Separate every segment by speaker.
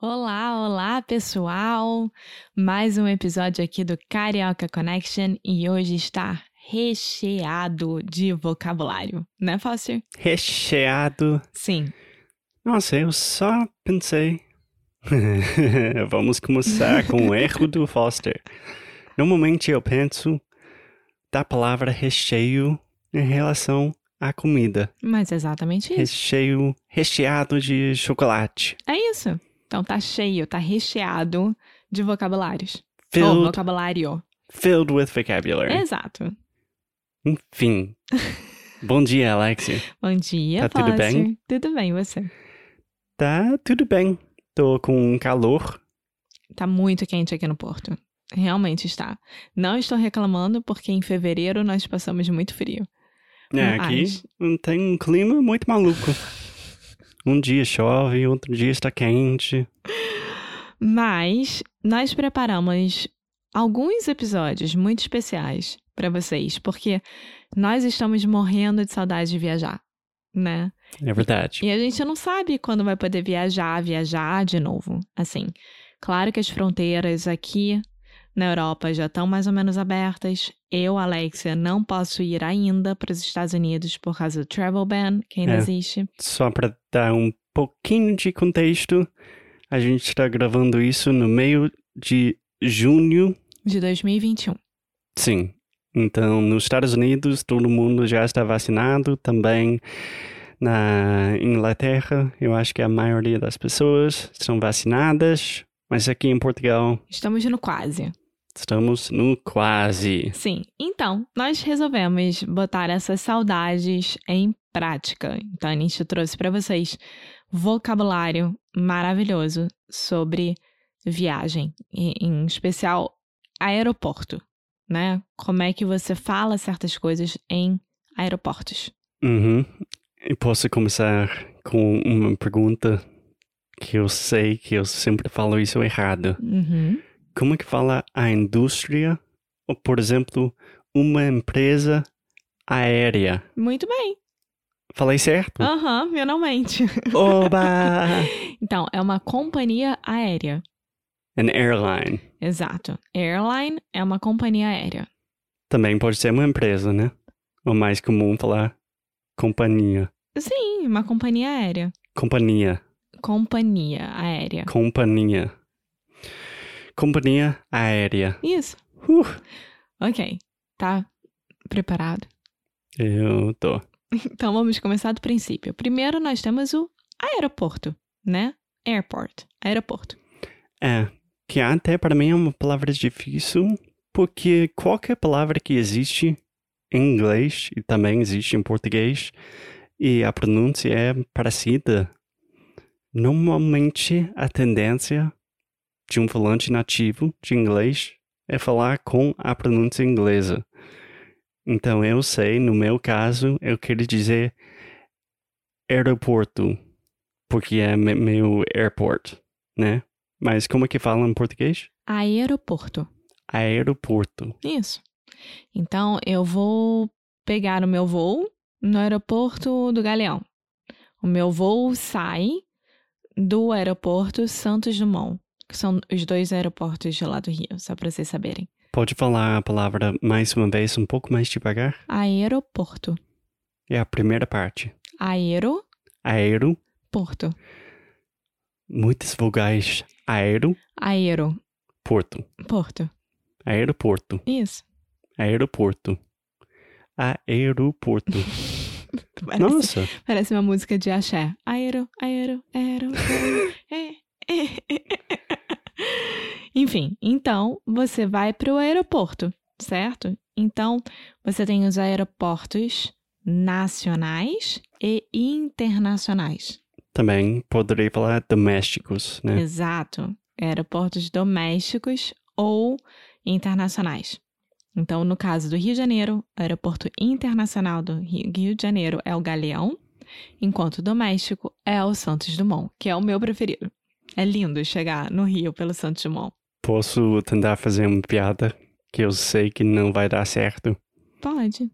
Speaker 1: Olá, olá, pessoal! Mais um episódio aqui do Carioca Connection e hoje está recheado de vocabulário, né, Fácil?
Speaker 2: Recheado.
Speaker 1: Sim.
Speaker 2: Nossa, eu só pensei. Vamos começar com o erro do Foster. Normalmente eu penso da palavra recheio em relação à comida.
Speaker 1: Mas é exatamente isso.
Speaker 2: Recheio recheado de chocolate.
Speaker 1: É isso. Então tá cheio, tá recheado de vocabulários.
Speaker 2: Filled,
Speaker 1: Ou vocabulário.
Speaker 2: filled with vocabulary.
Speaker 1: Exato.
Speaker 2: Enfim. Bom dia, Alexia.
Speaker 1: Bom dia,
Speaker 2: Tá tudo
Speaker 1: Fácil.
Speaker 2: bem?
Speaker 1: Tudo bem, e você?
Speaker 2: Tá tudo bem. Tô com um calor.
Speaker 1: Tá muito quente aqui no Porto. Realmente está. Não estou reclamando porque em fevereiro nós passamos muito frio.
Speaker 2: É,
Speaker 1: Mas-
Speaker 2: aqui tem um clima muito maluco. Um dia chove, outro dia está quente.
Speaker 1: Mas nós preparamos alguns episódios muito especiais para vocês, porque nós estamos morrendo de saudade de viajar, né?
Speaker 2: É verdade.
Speaker 1: E a gente não sabe quando vai poder viajar, viajar de novo, assim. Claro que as fronteiras aqui na Europa já estão mais ou menos abertas. Eu, Alexia, não posso ir ainda para os Estados Unidos por causa do travel ban, que ainda
Speaker 2: É.
Speaker 1: existe.
Speaker 2: Só para dar um pouquinho de contexto, a gente está gravando isso no meio de junho.
Speaker 1: De 2021.
Speaker 2: Sim. Então, nos Estados Unidos, todo mundo já está vacinado. Também na Inglaterra, eu acho que a maioria das pessoas estão vacinadas. Mas aqui em Portugal,
Speaker 1: Estamos no quase.
Speaker 2: estamos no quase.
Speaker 1: Sim, então nós resolvemos botar essas saudades em prática. Então a gente trouxe para vocês vocabulário maravilhoso sobre viagem, e- em especial aeroporto, né? Como é que você fala certas coisas em aeroportos?
Speaker 2: Uhum. E posso começar com uma pergunta que eu sei que eu sempre falo isso errado.
Speaker 1: Uhum.
Speaker 2: como é que fala a indústria ou, por exemplo, uma empresa aérea?
Speaker 1: Muito bem.
Speaker 2: Falei certo?
Speaker 1: Aham, finalmente.
Speaker 2: Oba!
Speaker 1: Então, é uma companhia aérea.
Speaker 2: An airline.
Speaker 1: Exato. Airline é uma companhia aérea.
Speaker 2: Também pode ser uma empresa, né? Ou mais comum falar companhia.
Speaker 1: Sim, uma companhia aérea.
Speaker 2: Companhia.
Speaker 1: Companhia aérea.
Speaker 2: Companhia. Companhia aérea.
Speaker 1: Isso.
Speaker 2: Uh,
Speaker 1: Ok. Tá preparado?
Speaker 2: eu tô.
Speaker 1: Então vamos começar do princípio. Primeiro nós temos o aeroporto, né? Airport. Aeroporto.
Speaker 2: É, que até para mim é uma palavra difícil, porque qualquer palavra que existe em inglês e também existe em português e a pronúncia é parecida, normalmente a tendência de um falante nativo de inglês é falar com a pronúncia inglesa. Então eu sei, no meu caso, eu quero dizer aeroporto, porque é me- meio airport, né? Mas como é que fala em português?
Speaker 1: Aeroporto.
Speaker 2: Aeroporto.
Speaker 1: Isso. Então eu vou pegar o meu voo no aeroporto do Galeão. O meu voo sai do aeroporto Santos Dumont, que são os dois aeroportos de lá do Rio, só para vocês saberem.
Speaker 2: Pode falar a palavra mais uma vez, um pouco mais devagar?
Speaker 1: Aeroporto.
Speaker 2: É a primeira parte.
Speaker 1: Aeroporto.
Speaker 2: Aero, muitas vogais. Aero,
Speaker 1: Aero.
Speaker 2: porto.
Speaker 1: Porto.
Speaker 2: Aeroporto.
Speaker 1: Isso.
Speaker 2: Aeroporto. Aeroporto.
Speaker 1: Parece,
Speaker 2: Nossa.
Speaker 1: parece uma música de axé. Aero, aero, aero. aero, é, é, é, é. Enfim, então você vai para o aeroporto, certo? Então você tem os aeroportos nacionais e internacionais.
Speaker 2: Também poderia falar domésticos, né?
Speaker 1: Exato. Aeroportos domésticos ou internacionais. Então, no caso do Rio de Janeiro, o aeroporto internacional do Rio Rio de Janeiro é o Galeão, enquanto o doméstico é o Santos Dumont, que é o meu preferido. É lindo chegar no Rio pelo Santos Dumont.
Speaker 2: Posso tentar fazer uma piada que eu sei que não vai dar certo.
Speaker 1: Pode.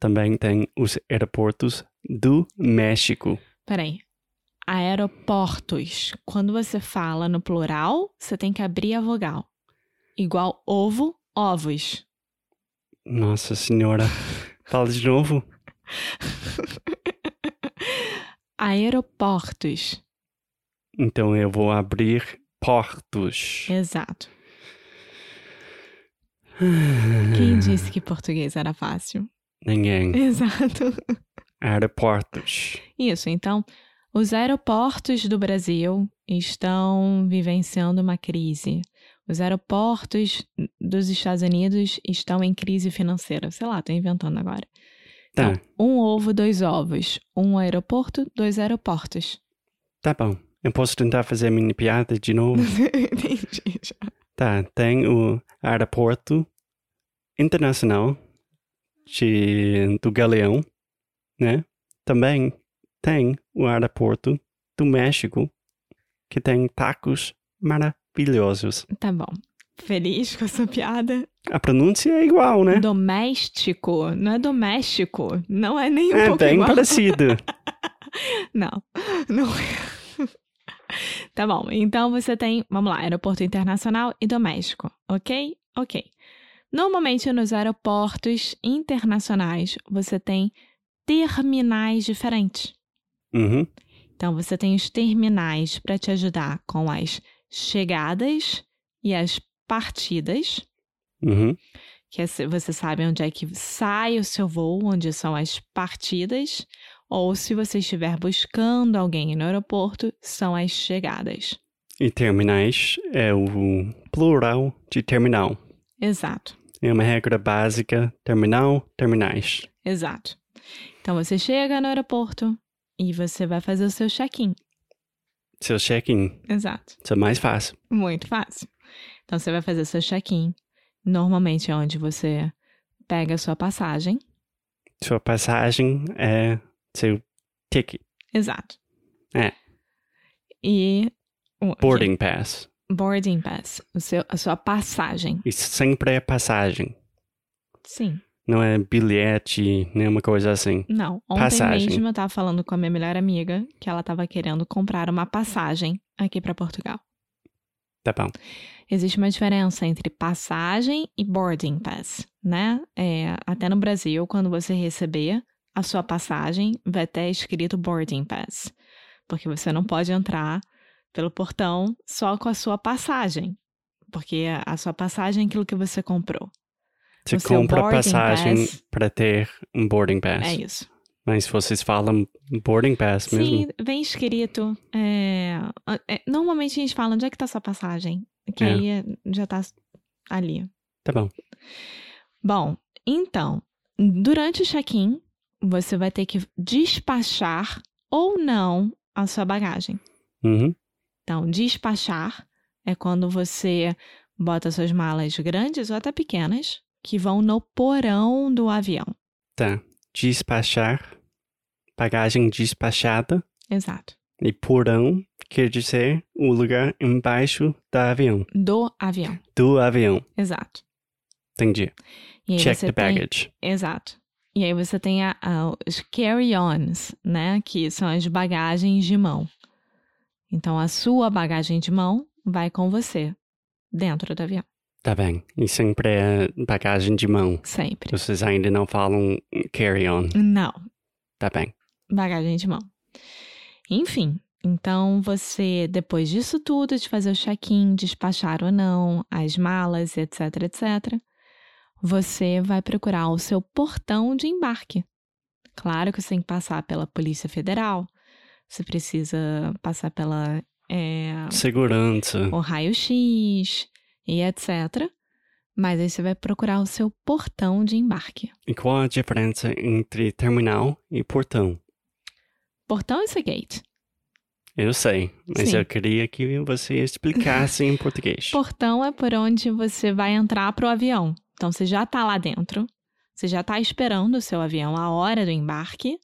Speaker 2: Também tem os aeroportos do México.
Speaker 1: Peraí. Aeroportos. Quando você fala no plural, você tem que abrir a vogal. Igual ovo, ovos.
Speaker 2: Nossa senhora. Fala de novo.
Speaker 1: Aeroportos.
Speaker 2: Então eu vou abrir portos.
Speaker 1: Exato.
Speaker 2: É.
Speaker 1: Quem disse que português era fácil?
Speaker 2: Ninguém.
Speaker 1: Exato.
Speaker 2: Aeroportos.
Speaker 1: Isso, então, os aeroportos do Brasil estão vivenciando uma crise. Os aeroportos dos Estados Unidos estão em crise financeira. Sei lá, tô inventando agora.
Speaker 2: Tá,
Speaker 1: Um ovo, dois ovos. Um aeroporto, dois aeroportos.
Speaker 2: tá bom. Eu posso tentar fazer a minha piada de novo?
Speaker 1: Entendi. já.
Speaker 2: Tá, tem o aeroporto internacional de, do Galeão, né? Também tem o aeroporto do México, que tem tacos maravilhosos.
Speaker 1: Tá bom. Feliz com essa piada?
Speaker 2: A pronúncia é igual, né?
Speaker 1: Doméstico. Não é doméstico. Não é nem um
Speaker 2: é
Speaker 1: pouco
Speaker 2: bem
Speaker 1: igual.
Speaker 2: parecido.
Speaker 1: Não, não é. Tá bom, então você tem, vamos lá, aeroporto internacional e doméstico, ok? Ok. Normalmente nos aeroportos internacionais você tem terminais diferentes.
Speaker 2: Uhum,
Speaker 1: Então você tem os terminais para te ajudar com as chegadas e as partidas,
Speaker 2: uhum.
Speaker 1: que é se- você sabe onde é que sai o seu voo, onde são as partidas, ou se você estiver buscando alguém no aeroporto, são as chegadas.
Speaker 2: E terminais é o plural de terminal.
Speaker 1: Exato,
Speaker 2: É uma regra básica, terminal, terminais.
Speaker 1: exato. Então você chega no aeroporto e você vai fazer o seu check-in.
Speaker 2: Seu check-in,
Speaker 1: Exato.
Speaker 2: isso é mais fácil.
Speaker 1: Muito fácil. Então você vai fazer seu check-in. Normalmente é onde você pega a sua passagem.
Speaker 2: Sua passagem é seu ticket,
Speaker 1: Exato.
Speaker 2: É.
Speaker 1: E o-
Speaker 2: boarding pass.
Speaker 1: boarding pass, o seu, a sua passagem.
Speaker 2: E sempre é passagem.
Speaker 1: Sim.
Speaker 2: Não é bilhete, nenhuma coisa assim.
Speaker 1: Não, ontem
Speaker 2: Passagem.
Speaker 1: mesmo eu tava falando com a minha melhor amiga que ela tava querendo comprar uma passagem aqui pra Portugal.
Speaker 2: Tá bom.
Speaker 1: Existe uma diferença entre passagem e boarding pass, né? É, até no Brasil, quando você receber a sua passagem, vai ter escrito boarding pass, porque você não pode entrar pelo portão só com a sua passagem, porque a sua passagem é aquilo que você comprou.
Speaker 2: Você
Speaker 1: O seu
Speaker 2: compra
Speaker 1: boarding
Speaker 2: passagem
Speaker 1: pass.
Speaker 2: para ter um boarding pass.
Speaker 1: É isso.
Speaker 2: Mas vocês falam boarding pass mesmo.
Speaker 1: Sim, vem escrito. é, é, normalmente a gente fala onde é que tá sua passagem. Que
Speaker 2: É.
Speaker 1: aí é- já tá ali.
Speaker 2: Tá bom.
Speaker 1: Bom, então, durante o check-in, você vai ter que despachar ou não a sua bagagem.
Speaker 2: Uhum.
Speaker 1: Então, despachar é quando você bota suas malas grandes ou até pequenas que vão no porão do avião.
Speaker 2: Tá. Despachar. Bagagem despachada.
Speaker 1: Exato.
Speaker 2: E porão quer dizer o lugar embaixo do avião.
Speaker 1: Do avião.
Speaker 2: Do avião.
Speaker 1: Exato.
Speaker 2: Entendi.
Speaker 1: E aí
Speaker 2: Check
Speaker 1: você
Speaker 2: the
Speaker 1: tem-
Speaker 2: baggage.
Speaker 1: Exato. E aí você tem a- a- os carry-ons, né? Que são as bagagens de mão. Então, a sua bagagem de mão vai com você dentro do avião,
Speaker 2: Tá bem. E sempre é bagagem de mão.
Speaker 1: sempre.
Speaker 2: Vocês ainda não falam carry-on.
Speaker 1: Não,
Speaker 2: Tá bem.
Speaker 1: bagagem de mão. Enfim, então você, depois disso tudo, de fazer o check-in, despachar ou não, as malas, etc, etc, você vai procurar o seu portão de embarque. Claro que você tem que passar pela Polícia Federal, você precisa passar pela é,
Speaker 2: Segurança.
Speaker 1: o raio-x e etc. Mas aí você vai procurar o seu portão de embarque.
Speaker 2: E qual a diferença entre terminal e portão?
Speaker 1: Portão é esse gate.
Speaker 2: Eu sei, mas
Speaker 1: Sim.
Speaker 2: eu queria que você explicasse em português.
Speaker 1: Portão é por onde você vai entrar pro avião. Então você já tá lá dentro, você já tá esperando o seu avião, a hora do embarque,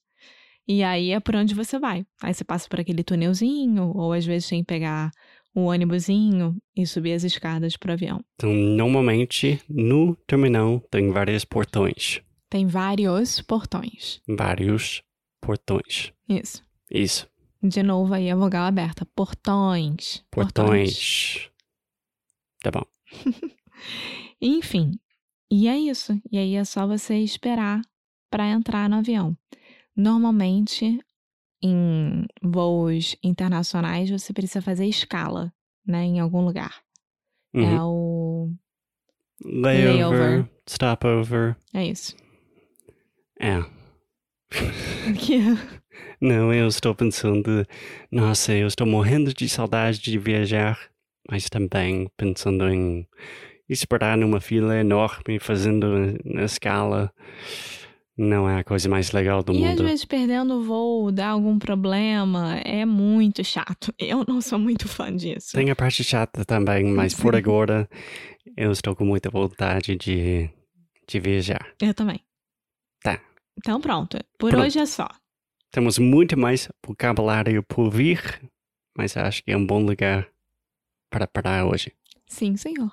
Speaker 1: e aí é por onde você vai. Aí você passa por aquele túnelzinho, ou às vezes tem que pegar o ônibusinho e subir as escadas pro avião.
Speaker 2: Então, normalmente, no terminal tem vários portões.
Speaker 1: Tem vários portões.
Speaker 2: Vários portões.
Speaker 1: Isso.
Speaker 2: Isso.
Speaker 1: De novo aí a vogal aberta. Portões.
Speaker 2: Portões. Tá bom.
Speaker 1: Enfim, e é isso. E aí é só você esperar para entrar no avião. Normalmente, em voos internacionais, você precisa fazer escala, né, em algum lugar.
Speaker 2: Uhum.
Speaker 1: É o
Speaker 2: Layover,
Speaker 1: layover.
Speaker 2: Uhum. stopover.
Speaker 1: é isso.
Speaker 2: É.
Speaker 1: Que-
Speaker 2: Não, eu estou pensando. Nossa, eu estou morrendo de saudade de viajar, mas também pensando em esperar numa fila enorme, fazendo na escala. Não é a coisa mais legal do
Speaker 1: e às
Speaker 2: mundo.
Speaker 1: vezes perdendo o voo, dá algum problema, é muito chato. Eu não sou muito fã disso.
Speaker 2: Tem a parte chata também, mas por
Speaker 1: Sim.
Speaker 2: agora eu estou com muita vontade de, de viajar.
Speaker 1: Eu também.
Speaker 2: Tá.
Speaker 1: Então pronto. Por
Speaker 2: Pronto.
Speaker 1: hoje é só.
Speaker 2: Temos muito mais vocabulário por vir, mas acho que é um bom lugar para parar hoje.
Speaker 1: Sim, senhor.